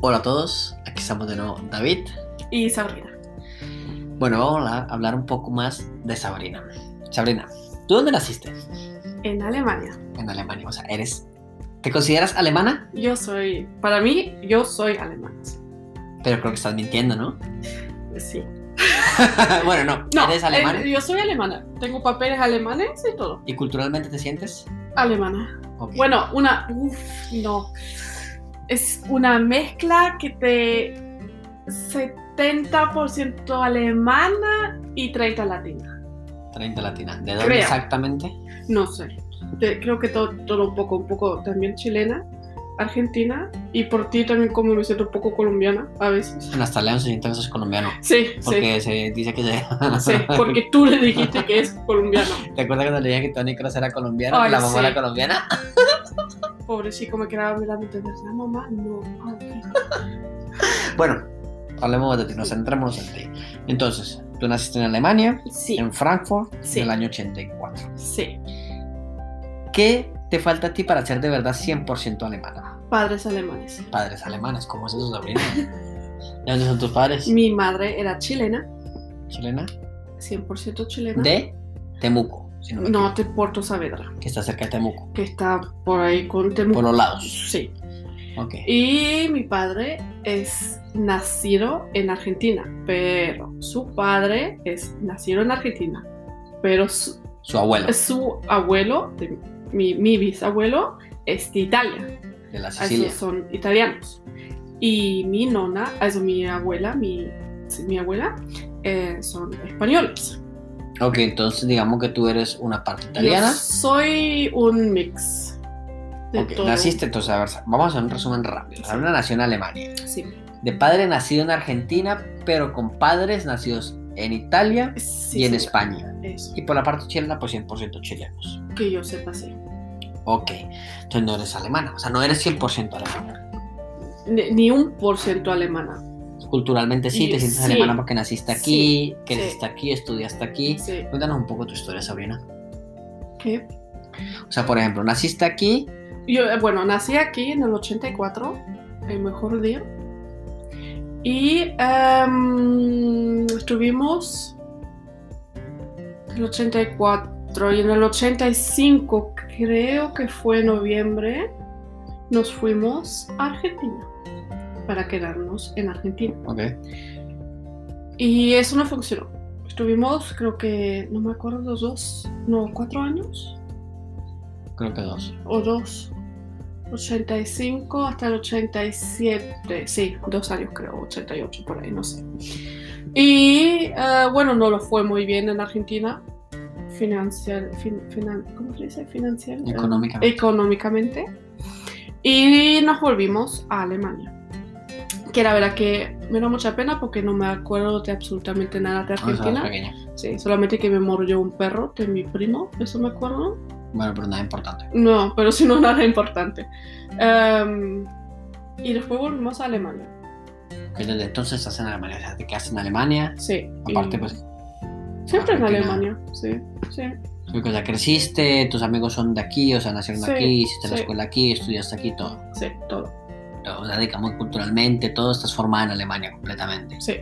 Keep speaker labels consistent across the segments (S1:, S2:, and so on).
S1: Hola a todos, aquí estamos de nuevo David.
S2: Y Sabrina.
S1: Bueno, vamos a hablar un poco más de Sabrina. Sabrina, ¿tú dónde naciste?
S2: En Alemania.
S1: En Alemania, o sea, eres... ¿Te consideras alemana?
S2: Yo soy. Para mí, yo soy alemán.
S1: Pero creo que estás mintiendo, ¿no?
S2: Sí.
S1: bueno, no,
S2: No.
S1: eres alemana.
S2: eh, yo soy alemana. Tengo papeles alemanes y todo.
S1: ¿Y culturalmente te sientes?
S2: Alemana.
S1: Ok.
S2: Bueno, una. Uf, no. Es una mezcla que te. 70% alemana y 30 latina.
S1: 30 latina. ¿De dónde
S2: creo.
S1: exactamente?
S2: No sé. Te- creo que todo, todo un poco, un poco también chilena, argentina y por ti también como me siento un poco colombiana a veces.
S1: Bueno, hasta León se siente que sos colombiano.
S2: Sí, sí.
S1: Porque se dice que...
S2: Sí, porque tú le dijiste que es colombiano.
S1: ¿Te acuerdas cuando le dije que Tony Cross era colombiano?
S2: Ay,
S1: ¿La mamá
S2: sí.
S1: era colombiana?
S2: Pobre chico, me quedaba mirando de verdad, mamá, no. ah, ok.
S1: Bueno, hablemos de ti, nos centramos en ti. Entonces, tú naciste en Alemania,
S2: Sí,
S1: en Frankfurt,
S2: Sí.
S1: en el año 84.
S2: sí.
S1: ¿Qué te falta a ti para ser de verdad 100% alemana?
S2: Padres alemanes.
S1: Padres alemanes, ¿cómo es eso, Sabrina? ¿De dónde son tus padres?
S2: Mi madre era chilena,
S1: ¿Chilena?
S2: 100% chilena.
S1: De Temuco, si no me
S2: No, te Puerto Saavedra,
S1: equivoco, que está cerca de Temuco,
S2: que está por ahí con
S1: por
S2: Temuco.
S1: los lados.
S2: Sí.
S1: Ok.
S2: Y mi padre es nacido en Argentina, pero su padre es nacido en Argentina, pero su,
S1: Su abuelo,
S2: su abuelo, de- mi, mi bisabuelo, es de Italia.
S1: de la Sicilia.
S2: Esos son italianos. Y mi nona, eso mi abuela, mi, sí, mi abuela, eh, son españoles.
S1: Ok, entonces digamos que tú eres una parte italiana.
S2: Yo soy un mix. De
S1: Ok,
S2: todo.
S1: naciste, entonces, a ver, vamos a hacer un resumen rápido.
S2: Sí.
S1: Sabrina nació en Alemania.
S2: Sí.
S1: de padre nacido en Argentina, pero con padres nacidos en Italia
S2: Sí,
S1: y en
S2: sí,
S1: España.
S2: Eso.
S1: Y por la parte chilena, pues 100% chilenos.
S2: Que yo sepa, sí.
S1: Ok, entonces no eres alemana, o sea, no eres 100% alemana.
S2: Ni, ni un por ciento alemana.
S1: Culturalmente sí,
S2: Y-
S1: te sientes
S2: sí.
S1: alemana porque naciste aquí,
S2: Sí,
S1: creciste aquí, estudiaste aquí.
S2: Sí.
S1: Cuéntanos un poco tu historia, Sabrina.
S2: ¿Qué?
S1: O sea, por ejemplo, naciste aquí,
S2: Yo, eh, bueno, nací aquí en el 84, el mejor día. Y em, estuvimos en el 84 y en el 85, creo que fue en noviembre, nos fuimos a Argentina para quedarnos en Argentina.
S1: ok,
S2: Y eso no funcionó. Estuvimos, creo que, no me acuerdo, los dos, no, cuatro años
S1: creo que dos.
S2: o dos. 85 hasta el 87, sí, dos años creo, 88 por ahí, no sé. Y eh, bueno, no lo fue muy bien en Argentina, financial, fin- finan- ¿cómo se dice? Financial, eh,
S1: Económicamente.
S2: económicamente. Y nos volvimos a Alemania. Que la verdad que me da mucha pena porque no me acuerdo de absolutamente nada de
S1: Cuando estabas
S2: Argentina.
S1: pequeña.
S2: Sí, solamente que me mordió un perro de mi primo, eso me acuerdo.
S1: Bueno, pero nada importante.
S2: No, pero si no, nada importante. Em, y después volvimos a Alemania.
S1: Que desde entonces estás en Alemania, o sea, te quedaste en Alemania.
S2: Sí. y-
S1: Aparte, pues,
S2: Siempre en
S1: Argentina.
S2: Alemania, sí. Sí,
S1: Creo que ya creciste, tus amigos son de aquí, o sea, nacieron
S2: Sí,
S1: aquí, hiciste la
S2: sí.
S1: escuela aquí, estudiaste aquí, todo.
S2: sí, todo.
S1: O sea, digamos culturalmente, todo estás formada en Alemania completamente.
S2: Sí.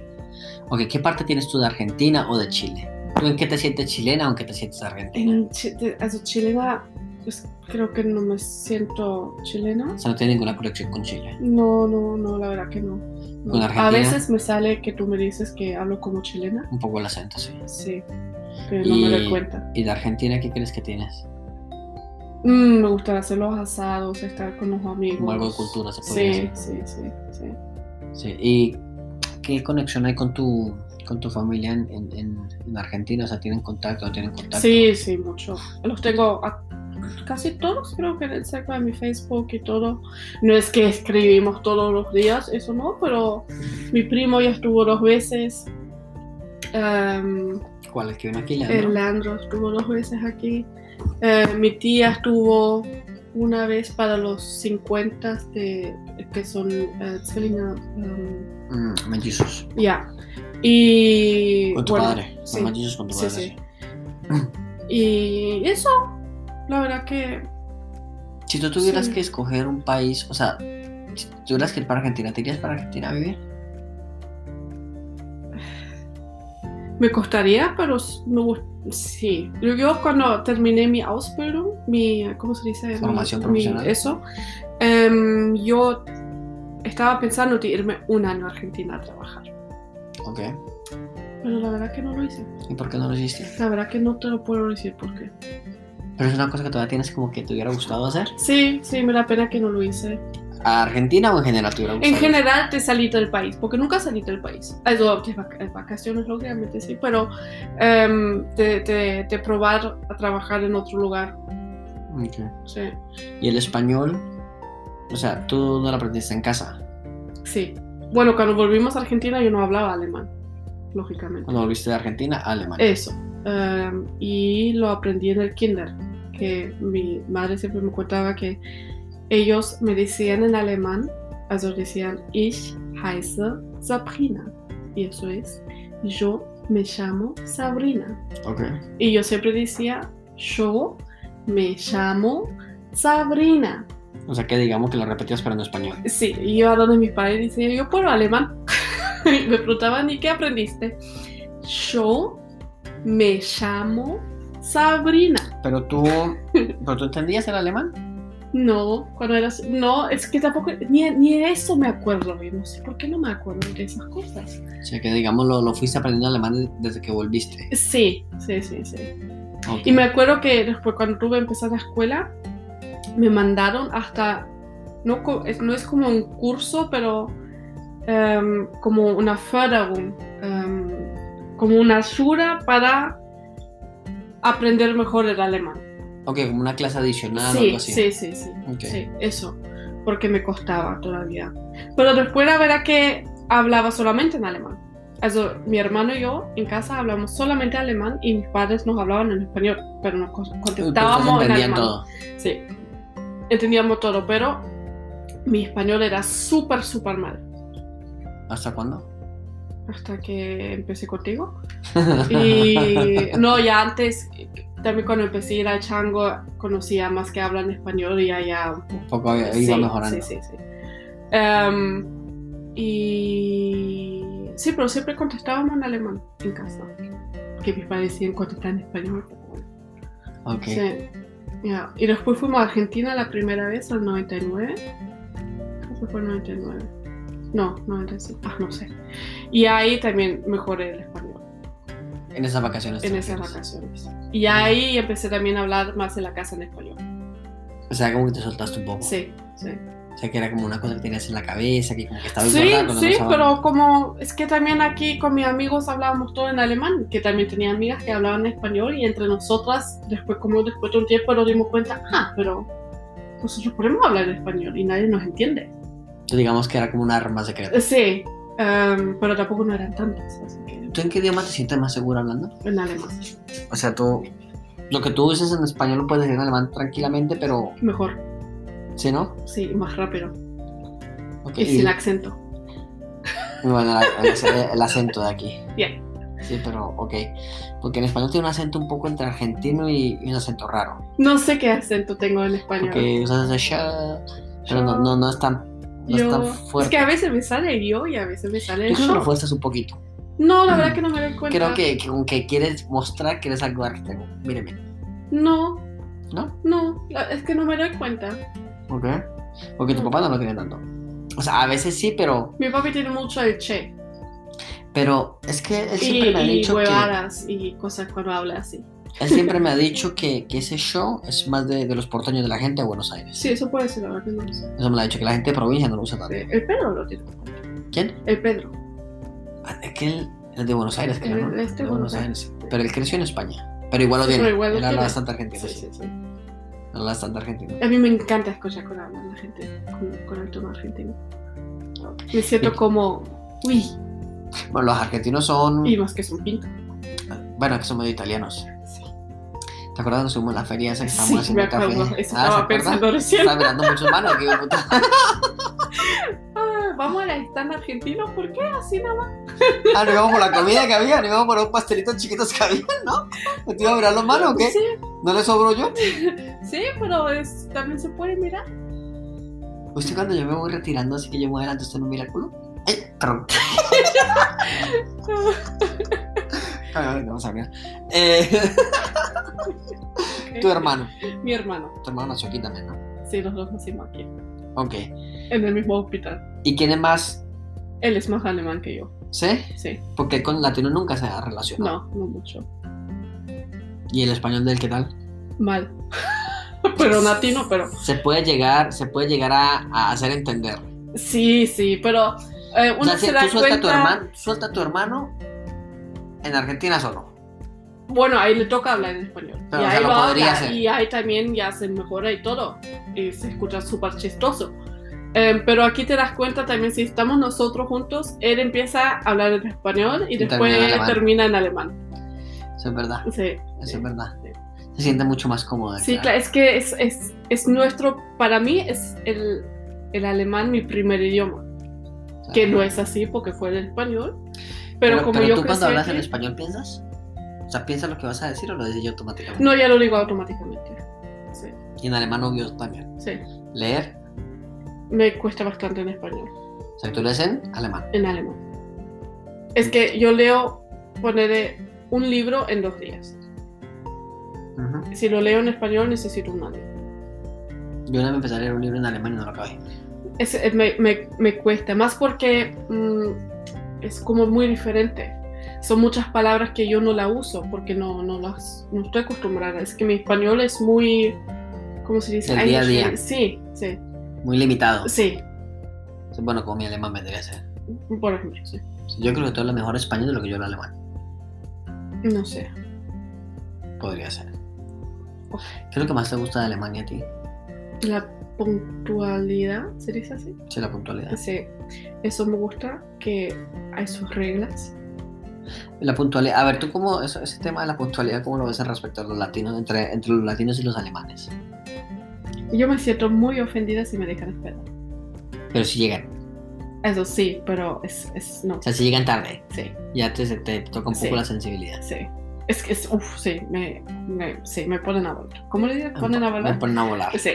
S1: Ok, ¿qué parte tienes tú de Argentina o de Chile? ¿Tú en qué te sientes chilena o en qué te sientes argentina?
S2: En Chi- de- eso, chilena, pues, creo que no me siento chilena.
S1: O sea, no tiene ninguna conexión con Chile.
S2: No, no, no, la verdad que no. No.
S1: ¿Con Argentina?
S2: A veces me sale que tú me dices que hablo como chilena.
S1: Un poco el acento, sí.
S2: Sí, pero no me
S1: Y-
S2: doy cuenta.
S1: ¿Y de Argentina qué crees que tienes?
S2: Mm, me gusta hacer los asados, estar con los amigos.
S1: Como algo de cultura, se podría
S2: Sí,
S1: decir.
S2: sí, sí, sí.
S1: Sí. ¿Y qué conexión hay con tu, con tu familia en, en- en- en Argentina? O sea, ¿tienen contacto o tienen contacto?
S2: Sí, sí, mucho. Los tengo a- casi todos, creo que cerca de mi Facebook y todo. No es que escribimos todos los días, eso no, pero mi primo ya estuvo dos veces. Em,
S1: ¿Cuál es que viene aquí?
S2: el
S1: Leandro?
S2: Leandro estuvo dos veces aquí. Eh, mi tía estuvo una vez para los 50 de, que son eh, Selena, em,
S1: Mm, mellizos.
S2: ya. Y
S1: Con tu
S2: bueno,
S1: padre.
S2: sí.
S1: Los mellizos con tu
S2: Sí,
S1: padre.
S2: sí. Y eso, la verdad que
S1: Si tú tuvieras
S2: Sí.
S1: que escoger un país, o sea, si tuvieras que ir para Argentina, ¿te irías para Argentina a vivir?
S2: Me costaría, pero s- me gust- sí. Yo- Yo cuando terminé mi Ausbildung, mi, ¿cómo se dice? Mi-
S1: Formación
S2: mi-
S1: profesional.
S2: eso, em, yo estaba pensando de irme un año a Argentina a trabajar,
S1: Ok.
S2: pero la verdad que no lo hice.
S1: ¿Y por qué no lo hiciste?
S2: La verdad que no te lo puedo decir por qué.
S1: Pero es una cosa que todavía tienes como que te hubiera gustado hacer.
S2: Sí, sí, me da pena que no lo hice.
S1: ¿A Argentina o en general te hubiera gustado?
S2: En general, te salí del país, porque nunca salí del país. Eso, de vac- de vacaciones, lógicamente sí, pero em, de, de- de probar a trabajar en otro lugar.
S1: Ok.
S2: Sí,
S1: ¿Y el español? O sea, tú no lo aprendiste en casa.
S2: sí. Bueno, cuando volvimos a Argentina, yo no hablaba alemán, lógicamente.
S1: Cuando volviste de Argentina a Alemania.
S2: Eso. Em, y lo aprendí en el kinder, que mi madre siempre me contaba que ellos me decían en alemán, also decían, ich heiße Sabrina. Y eso es, yo me llamo Sabrina.
S1: Ok.
S2: Y yo siempre decía, yo me llamo Sabrina.
S1: O sea, que digamos que lo repetías pero en español.
S2: Sí, y yo a donde mis padres decían, yo puedo alemán. Y me preguntaban, ¿y qué aprendiste? Yo me llamo Sabrina.
S1: Pero tú... ¿Pero tú entendías el alemán?
S2: No, cuando eras... No, es que tampoco... Ni, ni eso me acuerdo. Yo no sé por qué no me acuerdo de esas cosas.
S1: O sea, que digamos lo, lo fuiste aprendiendo alemán de- desde que volviste.
S2: Sí, sí, sí, sí.
S1: Ok.
S2: Y me acuerdo que después cuando tuve que empezar la escuela, me mandaron hasta, no, co- es- no es como un curso, pero em, como una förderung, em, como una ayuda para aprender mejor el alemán.
S1: Ok, como una clase adicional o
S2: sí,
S1: Ah, algo así.
S2: sí, sí, sí,
S1: Ok.
S2: sí, eso, porque me costaba todavía. Pero después la verdad que hablaba solamente en alemán. Also, mi hermano y yo en casa hablamos solamente alemán y mis padres nos hablaban en español, pero nos co-
S1: Uy, pero ustedes
S2: contestábamos en
S1: entendían
S2: alemán.
S1: todo.
S2: Sí, entendíamos todo, pero mi español era súper, súper mal.
S1: ¿Hasta cuándo?
S2: Hasta que empecé contigo. Y no, ya antes, también cuando empecé a ir al chango, conocía más que hablan español y ya, ya un poco.
S1: Poco había-
S2: sí,
S1: iba mejorando.
S2: Sí, sí, sí. Em, y sí, pero siempre contestábamos en alemán en casa. Que mis padres decían contestar en español. pero bueno.
S1: Ok.
S2: Sí. Ya. Y después fuimos a Argentina la primera vez, al 99. Creo que fue el 99. No, 95. Ah, no sé. Y ahí también mejoré el español
S1: En esas vacaciones.
S2: en
S1: te
S2: esas
S1: refieres.
S2: vacaciones. Y ahí empecé también a hablar más en la casa en español.
S1: O sea, como que te soltaste un poco.
S2: Sí, sí.
S1: O sea, que era como una cosa que tenías en la cabeza, que como que estabas
S2: Sí,
S1: guardada cuando no
S2: sí,
S1: usaban.
S2: pero como es que también aquí con mis amigos hablábamos todo en alemán, que también tenía amigas que hablaban español y entre nosotras, después como después de un tiempo nos dimos cuenta, ah, pero nosotros podemos hablar en español y nadie nos entiende.
S1: Entonces, digamos que era como una arma secreta.
S2: Sí, em, pero tampoco no eran tantas, así que
S1: ¿Tú en qué idioma te sientes más seguro hablando?
S2: en alemán,
S1: O sea, tú... Lo que tú dices en español lo puedes decir en alemán tranquilamente, pero...
S2: mejor,
S1: ¿Sí, no?
S2: sí, más rápido
S1: Ok.
S2: y sin acento.
S1: Bueno, el, ac- el acento de aquí.
S2: Bien.
S1: Sí, pero ok. Porque en español tiene un acento un poco entre argentino y, y un acento raro.
S2: No sé qué acento tengo en español.
S1: Porque usas ese "ya", pero no, no, no es tan, no es
S2: Yo-
S1: tan
S2: es que
S1: fuerte.
S2: a veces me sale el yo y a veces me sale el
S1: Yo creo que lo
S2: yo.
S1: fuerzas un poquito.
S2: No, la verdad que no me doy cuenta.
S1: Creo que, que con que quieres mostrar que eres algo argentino. Míreme.
S2: No.
S1: ¿No?
S2: No, la- es que no me doy cuenta.
S1: ¿Ok? Porque tu
S2: Mm.
S1: papá no lo tiene tanto. O sea, a veces sí, pero,
S2: Mi papi tiene mucho el che.
S1: pero es que él
S2: Y,
S1: siempre me ha
S2: y
S1: dicho que.
S2: huevadas y cosas cuando habla así.
S1: Él siempre me ha dicho que, que ese show es más de, de los porteños de la gente de Buenos Aires.
S2: Sí, eso puede ser, la verdad que no lo sé.
S1: Eso me lo ha dicho, que la gente de provincia no lo usa tanto.
S2: Eh, El Pedro lo tiene.
S1: ¿Quién?
S2: El Pedro.
S1: Ah, Es que él es de Buenos Aires, creo, ¿no?
S2: Él es de este
S1: De Buenos
S2: Buenos
S1: Aires. Pero él creció en España. Pero igual lo
S2: Sí, pero
S1: tiene.
S2: igual lo
S1: él habla
S2: tiene.
S1: bastante argentino.
S2: Sí,
S1: sí.
S2: sí, sí.
S1: Habla bastante argentino.
S2: A mí me encanta escuchar con habla la gente, con, con el tono argentino. Me siento
S1: Y-
S2: como, uy,
S1: Bueno, los argentinos son.
S2: y más que son pintos.
S1: Bueno, que son medio italianos.
S2: Sí,
S1: ¿Te acuerdas cuando subimos a la feria esa que
S2: Sí,
S1: estábamos
S2: me
S1: haciendo café?
S2: acuerdo, eso
S1: Ah, ¿se
S2: estaba
S1: acuerda?
S2: pensando recién.
S1: Estaba mirando mucho manos, que hijo de puta.
S2: Ah, Vamos a la stand argentino, ¿por qué así nada más?
S1: Ah, no íbamos por la comida que había, no íbamos por un pastelito chiquitos que había, ¿no? Ah, ¿No te iba a mirar los manos o qué?
S2: Sí,
S1: ¿No le sobró yo?
S2: sí, pero es- también se puede mirar.
S1: Usted Pues cuando yo me voy retirando, así que yo me adelanto, usted no mira el culo. ¡Ay! Perdón. Ay, no, Sabrina. Eh, tu hermano.
S2: Mi hermano.
S1: Tu hermano nació aquí también, ¿no?
S2: Sí, los dos nacimos aquí.
S1: Ok.
S2: En el mismo hospital.
S1: ¿Y quién es más?
S2: Él es más alemán que yo.
S1: ¿Sí?
S2: Sí.
S1: Porque con el latino nunca se ha relacionado.
S2: No, no mucho.
S1: ¿Y el español del qué tal?
S2: Mal. pero latino, pero.
S1: Se puede llegar, se puede llegar a, a hacer entender.
S2: Sí, sí, pero. eh,
S1: O
S2: uno
S1: sea, si
S2: se da
S1: tú suelta a tu
S2: cuenta.
S1: hermano, suelta a tu hermano en Argentina solo.
S2: Bueno, ahí le toca hablar en español.
S1: Pero, Ah,
S2: y
S1: o sea,
S2: ahí
S1: lo
S2: va a
S1: podría
S2: hablar,
S1: hacer.
S2: y ahí también ya se mejora y todo. Y se escucha súper chistoso. Eh, pero aquí te das cuenta también, si estamos nosotros juntos, él empieza a hablar en español y
S1: Y
S2: después
S1: termina en alemán.
S2: termina en alemán.
S1: Eso es verdad,
S2: Sí,
S1: eso es verdad.
S2: Sí.
S1: Se siente mucho más cómodo.
S2: Sí, claro, es que es, es, es nuestro, para mí es el, el alemán mi primer idioma,
S1: claro.
S2: que no es así porque fue el español. Pero, como
S1: tú
S2: yo crecí
S1: cuando hablas en
S2: aquí-
S1: español piensas, o sea, piensas lo que vas a decir o lo dices yo automáticamente.
S2: No, ya lo digo automáticamente. Sí,
S1: Y en alemán obvio también.
S2: sí.
S1: Leer,
S2: Me cuesta bastante en español.
S1: o sea, tú lees en alemán.
S2: en alemán. Es que yo leo, poneré un libro en dos días.
S1: Ujú.
S2: Si lo leo en español, necesito un año.
S1: Yo una vez empecé a leer un libro en alemán y no lo acabé.
S2: Es, es- me, me- me cuesta, más porque mm, es como muy diferente. Son muchas palabras que yo no la uso porque no, no las no estoy acostumbrada. Es que mi español es muy, ¿cómo se dice?
S1: Del día a
S2: Ay, no
S1: día. Ah.
S2: sé. Sí, sí,
S1: Muy limitado.
S2: sí.
S1: Bueno, como mi alemán me debe ser.
S2: Por ejemplo, sí.
S1: Yo creo que tú hablas mejor español de lo que yo hablo alemán.
S2: No sé.
S1: Podría ser.
S2: Ok.
S1: ¿Qué es lo que más te gusta de Alemania a ti?
S2: La puntualidad, ¿se dice así? Ah,
S1: Sí, la puntualidad.
S2: Sí, eso me gusta, que hay sus reglas.
S1: La puntualidad. A ver, tú cómo eso- ese tema de la puntualidad, ¿cómo lo ves respecto a los latinos, entre, entre los latinos y los alemanes?
S2: Yo me siento muy ofendida si me dejan esperar.
S1: Pero si llegan,
S2: Eso sí, pero es, es no,
S1: o sea, si llegan tarde,
S2: sí,
S1: ya te, se te toca un poco
S2: Sí.
S1: la sensibilidad.
S2: sí. Es que es, uff, sí, me, me- sí, me ponen a volar. ¿Cómo le digo? ¿Ponen a
S1: Me
S2: volar?
S1: ponen a volar.
S2: Sí.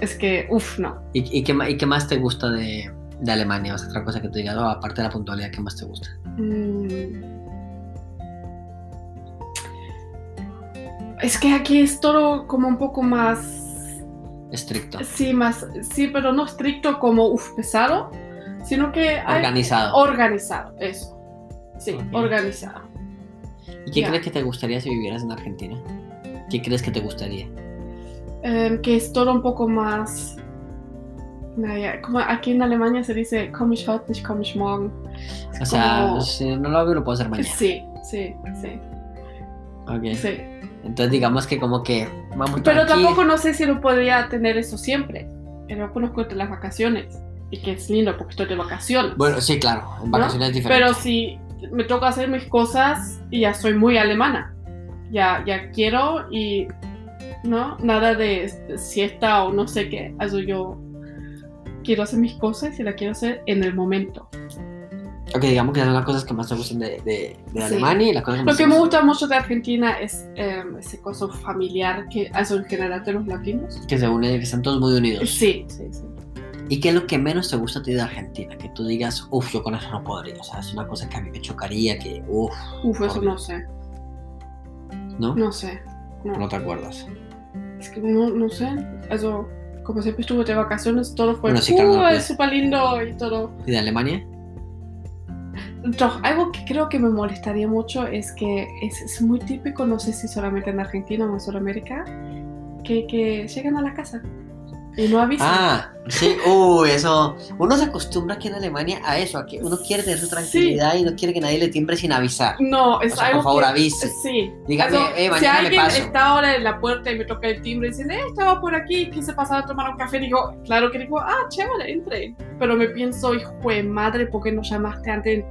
S2: Es que, uff, no.
S1: ¿Y, y qué, ma- y qué más te gusta de, de Alemania? O sea, otra cosa que te diga, "Oh, aparte de la puntualidad, ¿qué más te gusta?
S2: Mm. Es que aquí es todo como un poco más
S1: Estricto,
S2: Sí, más, sí, pero no estricto como uf, pesado, sino que hay-
S1: organizado.
S2: oh, organizado, eso. Sí,
S1: Ok.
S2: organizado.
S1: ¿Y qué
S2: ya.
S1: crees que te gustaría si vivieras en Argentina? ¿Qué crees que te gustaría?
S2: Em, que es todo un poco más. Naja, como aquí en Alemania se dice, komm ich heute nicht, komm ich morgen. Es
S1: O sea,
S2: como-
S1: si no lo hago, lo puedo hacer mañana.
S2: sí, sí, sí,
S1: Ok.
S2: sí.
S1: Entonces, digamos que como que vamos
S2: Pero
S1: tranqui-
S2: tampoco no sé si lo podría tener eso siempre. Pero conozco de las vacaciones y que es lindo porque estoy de vacaciones.
S1: Bueno, sí, claro, en vacaciones es diferente.
S2: Pero si me toca hacer mis cosas y ya soy muy alemana. Ya, ya quiero y no nada de siesta o no sé qué. Eso yo quiero hacer mis cosas y la quiero hacer en el momento.
S1: Ok, digamos que esas son las cosas que más te gustan de, de, de
S2: Sí.
S1: Alemania y las cosas que
S2: Lo
S1: más te
S2: que me
S1: gustan-
S2: gusta mucho de Argentina es eh, ese coso familiar que eso en general de los latinos.
S1: Que se unen, que están todos muy unidos.
S2: Sí, sí, sí.
S1: ¿Y qué es lo que menos te gusta a ti de Argentina? Que tú digas, uff, yo con eso no podría. O sea, es una cosa que a mí me chocaría, que uff,
S2: Uf, eso
S1: Por
S2: no sé,
S1: ¿no?
S2: no sé.
S1: No
S2: No,
S1: te acuerdas.
S2: es que no, no sé. Eso, como siempre estuve de vacaciones, todo fue
S1: Bueno, sí, claro, no pues".
S2: "Uh,
S1: puedes".
S2: es súper lindo y todo.
S1: ¿Y de Alemania?
S2: Doch, algo que creo que me molestaría mucho es que es, es muy típico, no sé si solamente en Argentina o en Sudamérica, que, que llegan a la casa y no avisan.
S1: Ah, sí, uy, eso. Uno se acostumbra aquí en Alemania a eso, a que uno quiere tener su
S2: Sí.
S1: tranquilidad y no quiere que nadie le timbre sin avisar.
S2: no, es
S1: O sea,
S2: algo
S1: por favor,
S2: que-
S1: avise.
S2: Sí.
S1: Dígame,
S2: Eso,
S1: eh,
S2: si
S1: mañana me
S2: alguien
S1: paso.
S2: está ahora en la puerta y me toca el timbre y dice, eh, estaba por aquí, quise pasar a tomar un café, digo, claro que digo, ah, chévere, entre. Pero me pienso, hijo de madre, ¿por qué no llamaste antes?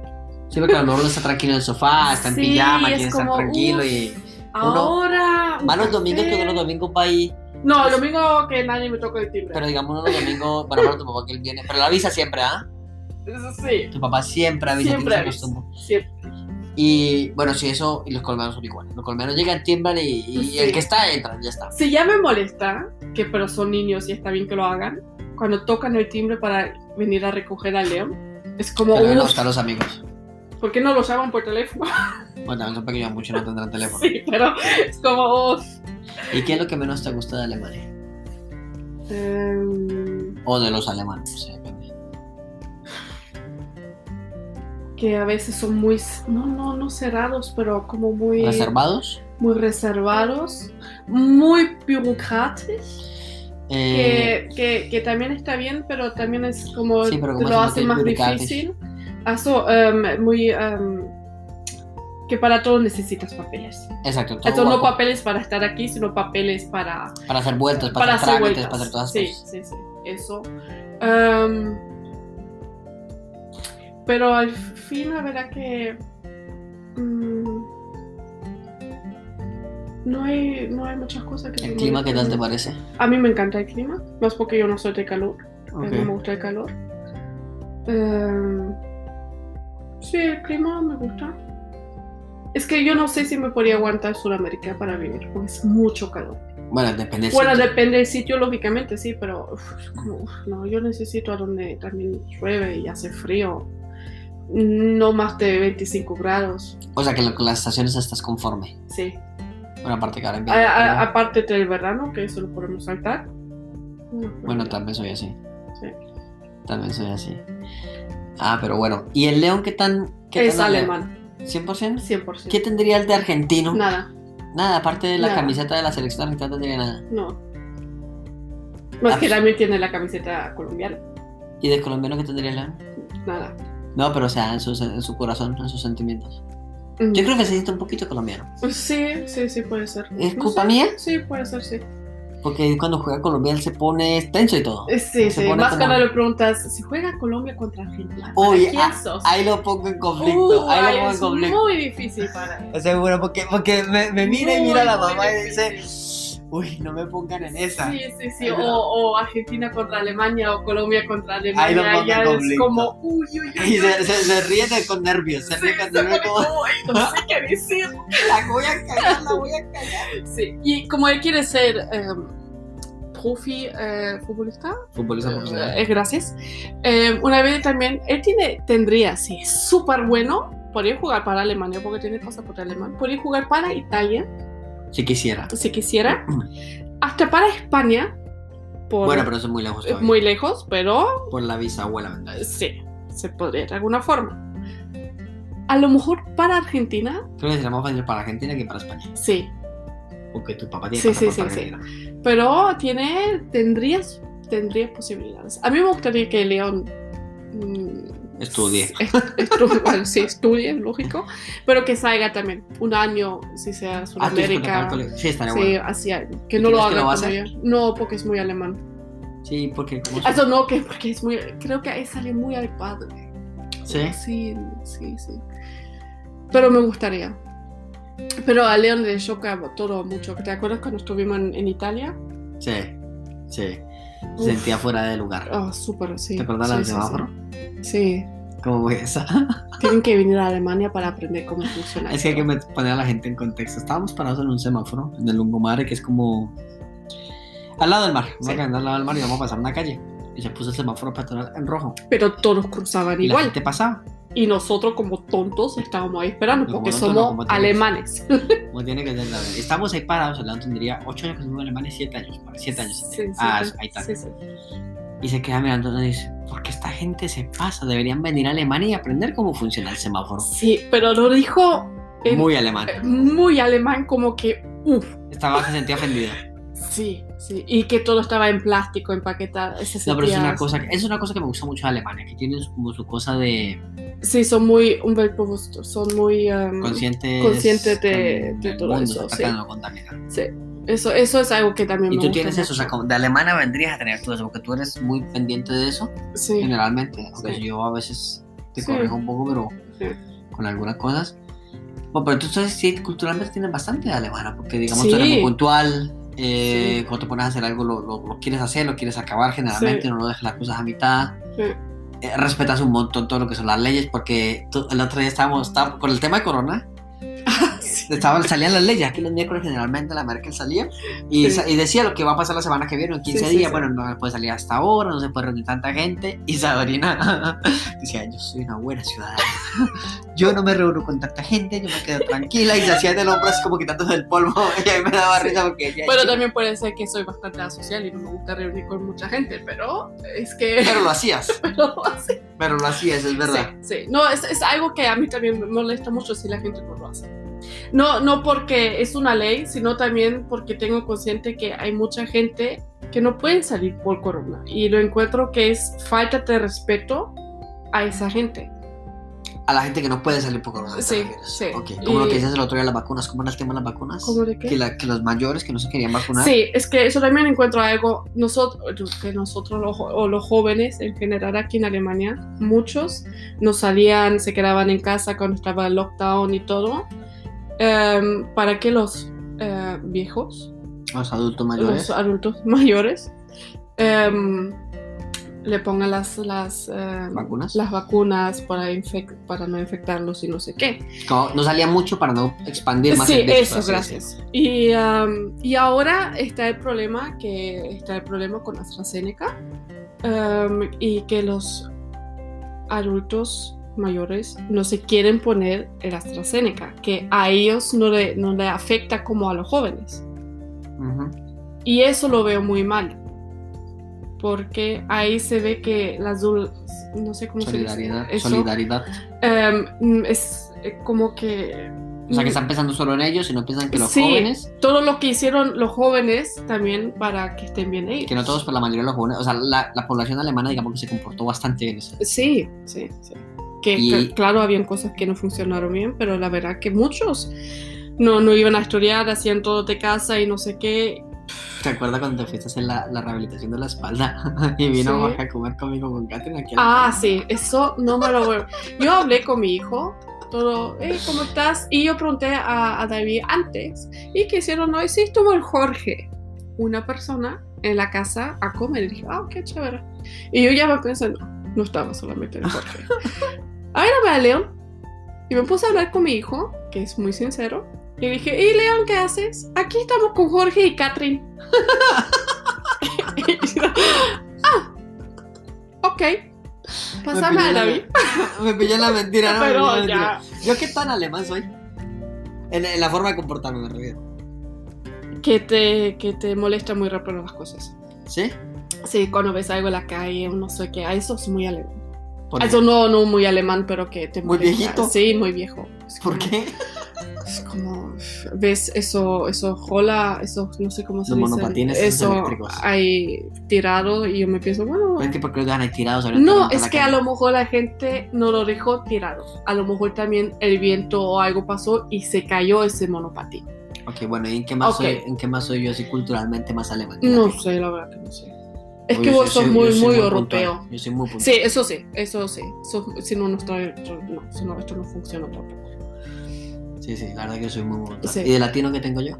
S1: Siempre que a lo mejor uno está tranquilo en el sofá, está en
S2: Sí,
S1: pijama,
S2: es
S1: quiere estar
S2: como,
S1: tranquilo
S2: uf,
S1: y.
S2: Ahora. un
S1: Más los domingos que
S2: café.
S1: uno los domingos va ahí.
S2: No, el domingo que nadie me toca el timbre.
S1: Pero digamos uno los domingos, bueno, para tu papá que él viene. Pero lo avisa siempre, ¿ah?
S2: Eso sí,
S1: Tu papá siempre avisa,
S2: Siempre
S1: tiene
S2: avisa.
S1: esa costumbre.
S2: siempre.
S1: Y bueno, sí, eso, y los colmenados son iguales. Los colmenados llegan, tiemblan y, y
S2: Sí.
S1: el que está entra, ya está.
S2: Si ya me molesta, que pero son niños y está bien que lo hagan, cuando tocan el timbre para venir a recoger a León, es como,
S1: Pero ven a
S2: "Uf,
S1: buscar a los amigos.
S2: ¿por qué no lo llaman por teléfono?
S1: Bueno, también son pequeños, muchos no tendrán teléfono.
S2: sí, pero es como, "Uf".
S1: ¿Y qué es lo que menos te gusta de Alemania?
S2: Em,
S1: O de los alemanes, no sé, depende.
S2: que a veces son muy, no, no, no cerrados, pero como muy,
S1: ¿Reservados?
S2: muy reservados, muy burocráticos,
S1: Eh,
S2: que, que, que también está bien, pero también es como,
S1: Sí, pero como
S2: lo
S1: es
S2: hace
S1: muy
S2: más
S1: burocrático.
S2: difícil. Eso, em, muy, em, que para todo necesitas papeles.
S1: Exacto, todo
S2: Entonces, no
S1: guapo.
S2: papeles para estar aquí, sino papeles para,
S1: para hacer vueltas, para,
S2: para
S1: hacer
S2: hacer
S1: trámites,
S2: vueltas.
S1: para hacer todas esas
S2: sí,
S1: cosas.
S2: sí, sí, eso. Em, pero al fin, la verdad que. mm, no, hay, no hay muchas cosas que.
S1: ¿El
S2: me
S1: clima qué tal te
S2: molestan.
S1: parece?
S2: A mí me encanta el clima, más porque yo no soy de calor. a mí No me gusta el calor. Em, sí, el clima me gusta. Es que yo no sé si me podría aguantar Sudamérica para vivir, porque es mucho calor.
S1: Bueno, depende. del
S2: Bueno,
S1: sitio.
S2: depende del sitio, lógicamente, sí, pero uf, es como, uf, no, yo necesito a donde también llueve y hace frío. No más de 25 grados,
S1: O sea que lo- con las estaciones estás conforme.
S2: sí.
S1: Bueno, aparte que ahora
S2: A-
S1: empieza.
S2: a- aparte del verano, que eso lo podemos saltar.
S1: Bueno, también soy así.
S2: Sí.
S1: También soy así. Ah, pero bueno. ¿Y el león qué tan. Qué
S2: es
S1: tan ale-
S2: alemán,
S1: ¿100%?
S2: 100%.
S1: ¿Qué tendría el de argentino?
S2: Nada,
S1: Nada, aparte de la
S2: Nada.
S1: camiseta de la selección argentina, no tendría nada.
S2: no. Más
S1: Ah,
S2: que
S1: pues-
S2: también tiene la camiseta colombiana,
S1: ¿Y de colombiano qué tendría el león?
S2: nada.
S1: No, pero o sea, en su, en su corazón, en sus sentimientos. Yo creo que se siente un poquito colombiano.
S2: Sí, sí, sí, puede ser.
S1: ¿Es
S2: No
S1: culpa
S2: sé.
S1: mía?
S2: Sí, puede ser, sí.
S1: Porque cuando juega Colombia él se pone tenso y todo.
S2: Eh, Sí,
S1: Se
S2: sí.
S1: pone
S2: Más
S1: como-
S2: cuando le preguntas si juega Colombia contra Argentina. ¿para
S1: Oye,
S2: ¿quién
S1: ah,
S2: sos?
S1: Ahí lo pongo en conflicto.
S2: Uh,
S1: ahí lo
S2: ay,
S1: pongo en
S2: es
S1: conflicto.
S2: muy difícil para él.
S1: O sea, bueno, porque, porque me, me mira y
S2: Muy,
S1: mira a la
S2: muy
S1: mamá y dice, uy, no me pongan en esa.
S2: Sí, sí, sí.
S1: Es
S2: O,
S1: verdad.
S2: o Argentina contra Alemania o Colombia contra
S1: Ahí lo
S2: Alemania.
S1: pongo
S2: Ya
S1: en
S2: es
S1: conflicto.
S2: como, uy, uy, uy.
S1: Y
S2: uy.
S1: se, se, se ríe de- con nervios, se
S2: Sí,
S1: ríe con
S2: se pone
S1: nervios como,
S2: como, "Ay, no sé qué decir.
S1: la voy a cagar, la voy a cagar.
S2: Sí. Y como él quiere ser em, profi eh, futbolista,
S1: eh, Futbolista profesional.
S2: Eh, gracias. Eh, una vez también, él tiene, tendría, si es súper bueno, podría jugar para Alemania porque tiene pasaporte alemán, podría jugar para Italia
S1: Si quisiera.
S2: si quisiera, hasta para España, por,
S1: Bueno, pero eso es muy lejos
S2: es
S1: todavía.
S2: muy lejos, pero
S1: Por la visa o la
S2: eh,
S1: ventaja.
S2: sí, se podría de alguna forma. A lo mejor para Argentina,
S1: Creo que será más fácil para Argentina que para España.
S2: sí,
S1: Porque tu papá tiene
S2: Sí,
S1: pasaporte
S2: sí, sí, sí.
S1: argentino.
S2: pero tiene, tendrías, tendrías posibilidades. A mí me gustaría que León mm,
S1: Estudie.
S2: Es- estu- bueno, sí, estudie, lógico. Pero que salga también un año, si sea a
S1: Ah, tú dices que te acaba el
S2: Sudamérica.
S1: colegio. Sí, estaría
S2: Sí,
S1: bueno.
S2: así algo.
S1: ¿Y
S2: Que no
S1: crees
S2: lo
S1: que lo
S2: haga
S1: va a
S2: como
S1: hacer?
S2: ella. No, porque es muy alemán.
S1: Sí, porque como...
S2: Ah, Eso no, que porque es muy. Creo que ahí sale muy al padre.
S1: Sí.
S2: Sí, sí, sí. Pero me gustaría. Pero a León le choca todo mucho. ¿Te acuerdas cuando estuvimos en, en Italia?
S1: Sí, sí.
S2: Uf.
S1: Se sentía fuera de lugar.
S2: Ah, súper, sí.
S1: ¿Te acuerdas
S2: sí,
S1: del
S2: sí,
S1: semáforo?
S2: Sí. Sí.
S1: ¿Cómo fue esa?
S2: Tienen que venir a Alemania para aprender cómo funciona.
S1: Es que hay
S2: esto.
S1: que met- poner a la gente en contexto. Estábamos parados en un semáforo, en el Lungomare, que es como al lado del mar. Vamos
S2: Sí.
S1: a caminar al lado del mar y vamos a pasar una calle. Y se puso el semáforo peatonal en rojo.
S2: Pero todos cruzaban
S1: Y la
S2: igual.
S1: gente pasaba,
S2: y nosotros como tontos estábamos ahí esperando
S1: Como
S2: porque
S1: tontos, no,
S2: somos
S1: como tontos.
S2: alemanes.
S1: como tiene que ser. la verdad. Estamos ahí parados, el lado tendría 8 años que somos alemanes, 7 años. 7 años.
S2: Sí,
S1: tendría.
S2: sí,
S1: ah,
S2: sí,
S1: ahí está.
S2: sí, sí.
S1: Y se queda mirando y dice, ¿por qué esta gente se pasa? Deberían venir a Alemania y aprender cómo funciona el semáforo.
S2: Sí, pero lo dijo en-
S1: Muy alemán.
S2: eh, muy alemán como que, uff,
S1: Estaba, se sentía ofendida.
S2: sí, sí, y que todo estaba en plástico, empaquetado. se
S1: No, pero es
S2: sentía-
S1: una cosa, que- es una cosa que me gusta mucho de Alemania, que tienen su- como su cosa de
S2: Sí, son muy, un belprovocador, son muy... em,
S1: consciente
S2: Consciente de-
S1: con
S2: de
S1: el
S2: todo
S1: mundo,
S2: eso,
S1: tratar
S2: sí.
S1: de no contaminar.
S2: eso, eso es algo que también
S1: Y
S2: me
S1: tú
S2: gusta
S1: tienes eso, o sea,
S2: mucho.
S1: como de alemana vendrías a tener todo eso, porque tú eres muy pendiente de eso,
S2: Sí,
S1: generalmente, aunque
S2: Sí.
S1: yo a veces te
S2: Sí.
S1: corrijo un poco, pero
S2: Sí.
S1: con algunas cosas. Bueno, pero tú sabes, sí, culturalmente tienes bastante de alemana, porque digamos tú
S2: Sí.
S1: eres muy puntual, eh,
S2: Sí.
S1: cuando te pones a hacer algo lo, lo- lo quieres hacer, lo quieres acabar generalmente,
S2: Sí.
S1: no lo dejas las cosas a mitad.
S2: Sí.
S1: Eh, respetas un montón todo lo que son las leyes, porque tú- el otro día estábamos, estábamos con el tema de corona,
S2: Sí.
S1: estaban, salían las leyes. Aquí los miércoles generalmente la Merkel salía y,
S2: Sí.
S1: sa- y decía lo que va a pasar la semana que viene, o en 15
S2: Sí, sí,
S1: días.
S2: sí.
S1: Bueno, no puede salir hasta ahora, no se puede reunir tanta gente. Y Sabrina decía, yo soy una buena ciudadana. Yo no me reúno con tanta gente, yo me quedo tranquila. Y se hacía del hombro así como quitándose el polvo. Y a mí me daba risa porque ella...
S2: Bueno, también puede ser que soy bastante asocial y no me gusta reunir con mucha gente, pero es que
S1: Pero lo hacías,
S2: pero así.
S1: pero lo hacías, es verdad.
S2: Sí, sí. No, es, es algo que a mí también me molesta mucho si la gente no lo hace. No, no porque es una ley, sino también porque tengo consciente que hay mucha gente que no pueden salir por corona. Y lo encuentro que es falta de respeto a esa gente.
S1: A la gente que no puede salir por coronavirus.
S2: Sí, sí.
S1: Ok, Como lo
S2: Y-
S1: que dices el otro día las vacunas, ¿cómo era el tema de las vacunas?
S2: ¿Cómo de qué?
S1: Que, la- que los mayores que no se querían vacunar.
S2: Sí, es que eso también encuentro algo, nosotros, que nosotros los, jo- o los jóvenes en general aquí en Alemania, muchos nos salían, se quedaban en casa cuando estaba el lockdown y todo, Em, para que los eh, viejos,
S1: Los adultos mayores.
S2: los adultos mayores, em, le pongan las, las, em,
S1: ¿Vacunas?
S2: las vacunas para, infec- para no infectarlos y no sé qué.
S1: No, no salía mucho para no expandir más
S2: Sí,
S1: el virus,
S2: eso,
S1: así
S2: gracias. Y, um, y ahora está el problema que está el problema con AstraZeneca um, y que los adultos mayores no se quieren poner el AstraZeneca, que a ellos no le, no le afecta como a los jóvenes.
S1: decirlo. Ujú.
S2: Y eso lo veo muy mal, porque ahí se ve que las dul- no sé cómo
S1: Solidaridad.
S2: se dice, eso,
S1: Solidaridad.
S2: um, es eh, como que
S1: O sea, que están pensando solo en ellos y no piensan que los
S2: Sí.
S1: jóvenes,
S2: todo lo que hicieron los jóvenes también para que estén bien ellos.
S1: que no todos, pero la mayoría de los jóvenes, o sea, la, la población alemana, digamos que se comportó bastante bien. o sea,
S2: Sí, sí, sí. Que
S1: Y-
S2: cl- claro, habían cosas que no funcionaron bien, pero la verdad que muchos no, no iban a estudiar, hacían todo de casa y no sé qué.
S1: ¿Te acuerdas cuando te fuiste a hacer la, la rehabilitación de la espalda? y vino
S2: Sí.
S1: Jorge a comer conmigo con Katherine aquí. al-
S2: Ah, sí, eso no me lo vuelvo. Yo hablé con mi hijo, todo, "Hey, ¿cómo estás? Y yo pregunté a, a David antes, ¿y qué hicieron hoy? Sí, estuvo el Jorge, una persona en la casa a comer. Y dije, ah, qué chévere. Y yo ya me pensando, no estaba solamente el Jorge. A ver, a ver, León. Y me puse a hablar con mi hijo, que es muy sincero. Y dije, ¿y León qué haces? Aquí estamos con Jorge y Catherine. ah, ok.
S1: Me
S2: Pasame
S1: pilló
S2: a
S1: la-
S2: David.
S1: Me pilló la mentira, no, me pilló la
S2: Pero
S1: mentira.
S2: ya.
S1: Yo qué tan alemán soy. En, en la forma de comportarme me refiero.
S2: Que te, que te molesta muy rápido las cosas.
S1: ¿Sí?
S2: Sí, cuando ves algo en la calle, un no sé qué. ah, Eso es muy alemán.
S1: ¿Por,
S2: Eso no, no muy alemán, pero que te
S1: Muy
S2: molesta.
S1: viejito.
S2: Sí, muy viejo. Es
S1: ¿Por
S2: como-
S1: qué?
S2: Es pues, como uf, ves eso, eso jola, esos no sé cómo se
S1: Los
S2: dicen,
S1: monopatines esos
S2: eso
S1: eléctricos. Pues,
S2: hay tirado y yo me pienso, bueno,
S1: ¿Por qué? Porque los dejan ahí tirados.
S2: no, es que a lo mejor la gente no lo dejó tirado, a lo mejor también el viento o algo pasó y se cayó ese monopatín.
S1: Ok, bueno, ¿y en qué más,
S2: Ok.
S1: soy, en qué más soy yo así culturalmente más alemán? que la
S2: No
S1: gente?
S2: sé, la verdad que no sé. Es
S1: Oye,
S2: que
S1: yo
S2: vos
S1: soy-
S2: sos
S1: yo
S2: muy,
S1: soy
S2: muy
S1: puntual,
S2: europeo.
S1: Yo soy muy puntual.
S2: Sí, eso sí, eso sí. Sos- si no, no está- no, si no, esto no funciona tampoco.
S1: Sí, sí, la verdad que yo soy muy puntual.
S2: Sí.
S1: ¿Y de latino que tengo yo?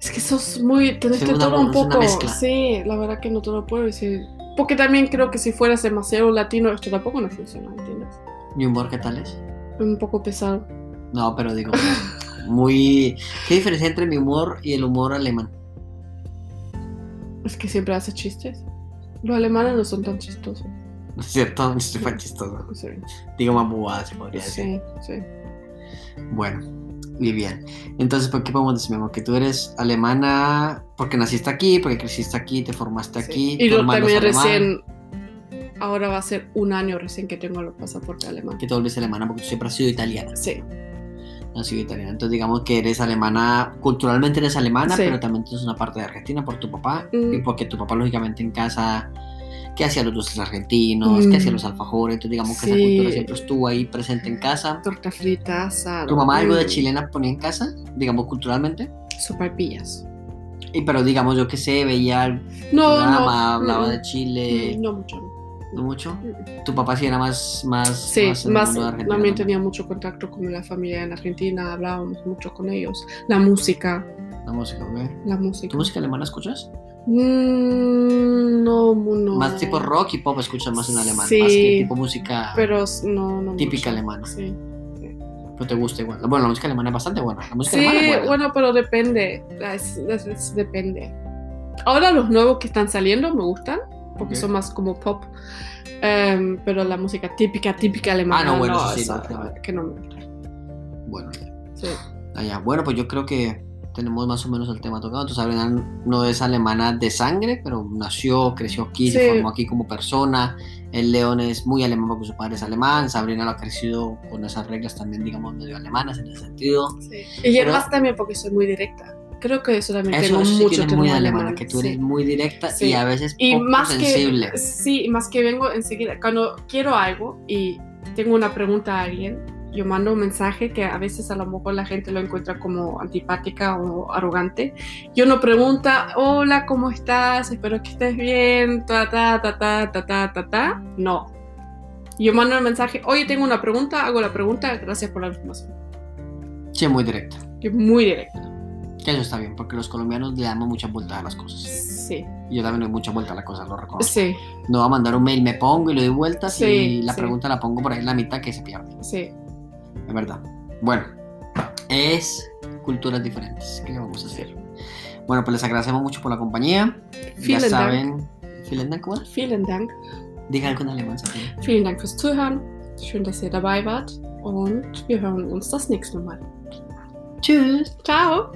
S2: Es que sos muy. Tenés
S1: Sí,
S2: de
S1: una-
S2: todo un
S1: es una
S2: poco.
S1: mezcla.
S2: Sí, la verdad que no te lo puedo decir. Porque también creo que si fueras demasiado latino, esto tampoco no funciona, ¿entiendes?
S1: ¿Mi humor qué tal es?
S2: Un poco pesado.
S1: No, pero digo, muy... ¿Qué diferencia entre mi humor y el humor alemán?
S2: Es que siempre hace chistes. Los alemanes no son tan chistosos.
S1: ¿No es cierto? No estoy tan chistoso.
S2: Sí,
S1: Digo más bobada, se podría decir.
S2: sí, sí.
S1: Bueno, muy bien. Entonces, ¿por qué podemos decir, mi amor? Que tú eres alemana porque naciste aquí, porque creciste aquí, te formaste
S2: sí.
S1: aquí.
S2: Y
S1: tu
S2: yo
S1: hermano es
S2: también
S1: alemán,
S2: recién. Ahora va a ser un año recién que tengo el pasaporte alemán.
S1: Que te volviste alemana porque tú siempre has sido italiana.
S2: Sí,
S1: No sido italiana. Entonces digamos que eres alemana, culturalmente eres alemana,
S2: Sí.
S1: pero también tienes una parte de Argentina por tu papá
S2: Mm.
S1: y porque tu papá lógicamente en casa, que hacía los dulces argentinos, que
S2: Mm.
S1: hacía los alfajores, entonces digamos que esa
S2: Sí.
S1: cultura siempre estuvo ahí presente en casa.
S2: torta frita, asado.
S1: ¿Tu mamá algo de
S2: mm,
S1: chilena ponía en casa, digamos culturalmente?
S2: Sopaipillas.
S1: Y pero digamos yo que sé, veía
S2: No,
S1: drama,
S2: no.
S1: hablaba
S2: mm,
S1: de eh, Chile,
S2: mm, No mucho. no.
S1: no mucho.
S2: Mm.
S1: Tu papá sí era más... más
S2: Sí,
S1: en el
S2: más
S1: mundo de Argentina,
S2: también
S1: ¿no?
S2: tenía mucho contacto con la familia en Argentina, hablábamos mucho con ellos. La música,
S1: La música, ok.
S2: la música.
S1: ¿Tu música alemana escuchas?
S2: Mm, no, mu- no.
S1: Más tipo rock y pop escuchas más en alemán,
S2: Sí.
S1: más que tipo música...
S2: Pero s- no, no.
S1: Típica
S2: mucho.
S1: alemana.
S2: Sí.
S1: Pero te gusta igual. Bueno, la música alemana es bastante buena. La música
S2: Sí,
S1: alemana es buena.
S2: bueno, pero depende. Es- es- es- depende. Ahora los nuevos que están saliendo me gustan, porque
S1: Ok.
S2: son más como pop. Em, pero la música típica, típica alemana.
S1: Ah, no, bueno, eso sí,
S2: esa,
S1: no, no.
S2: que no me-
S1: Bueno,
S2: sí.
S1: allá. Bueno, pues yo creo que tenemos más o menos el tema tocado. Entonces, Sabrina no es alemana de sangre, pero nació, creció aquí, se
S2: Sí.
S1: formó aquí como persona. El león es muy alemán porque su padre es alemán. Sabrina lo ha crecido con esas reglas también, digamos, medio alemanas en ese sentido.
S2: Y
S1: Pero-
S2: además también porque soy muy directa. Creo que eso también
S1: Eso
S2: tengo
S1: sí que
S2: mucho
S1: eres
S2: tema
S1: muy
S2: alemán,
S1: alemana, que tú
S2: sí.
S1: eres muy directa
S2: Sí.
S1: y a veces
S2: Y
S1: poco
S2: más
S1: sensible.
S2: que sí, y más que vengo enseguida. Cuando quiero algo y tengo una pregunta a alguien, yo mando un mensaje que a veces a lo mejor la gente lo encuentra como antipática o arrogante. Yo no pregunta, hola, ¿cómo estás? Espero que estés bien, ta ta ta ta ta ta ta ta. No. Yo mando un mensaje, oye, tengo una pregunta, hago la pregunta, gracias por la información.
S1: Sí, muy directa.
S2: Yo muy directa.
S1: Que eso está bien, porque los colombianos le damos muchas vueltas a las cosas.
S2: Sí,
S1: Y Yo también le doy muchas vueltas a las cosas, lo reconozco.
S2: sí,
S1: No va a mandar un mail, me pongo y le doy vueltas
S2: Sí,
S1: y la
S2: sí.
S1: pregunta la pongo por ahí en la mitad que se pierde.
S2: sí.
S1: Es verdad. Bueno, es culturas diferentes. ¿Qué le vamos a hacer? Bueno, pues les agradecemos mucho por la compañía. ya
S2: Vielen Dank.
S1: saben. Vielen Dank, ¿cómo era?
S2: Vielen Dank.
S1: Diga algo en alemán, Sabrina.
S2: Vielen Dank fürs Zuhören. Schön, dass ihr dabei wart. Und wir hören uns das nächste Mal.
S1: Tschüss.
S2: Ciao!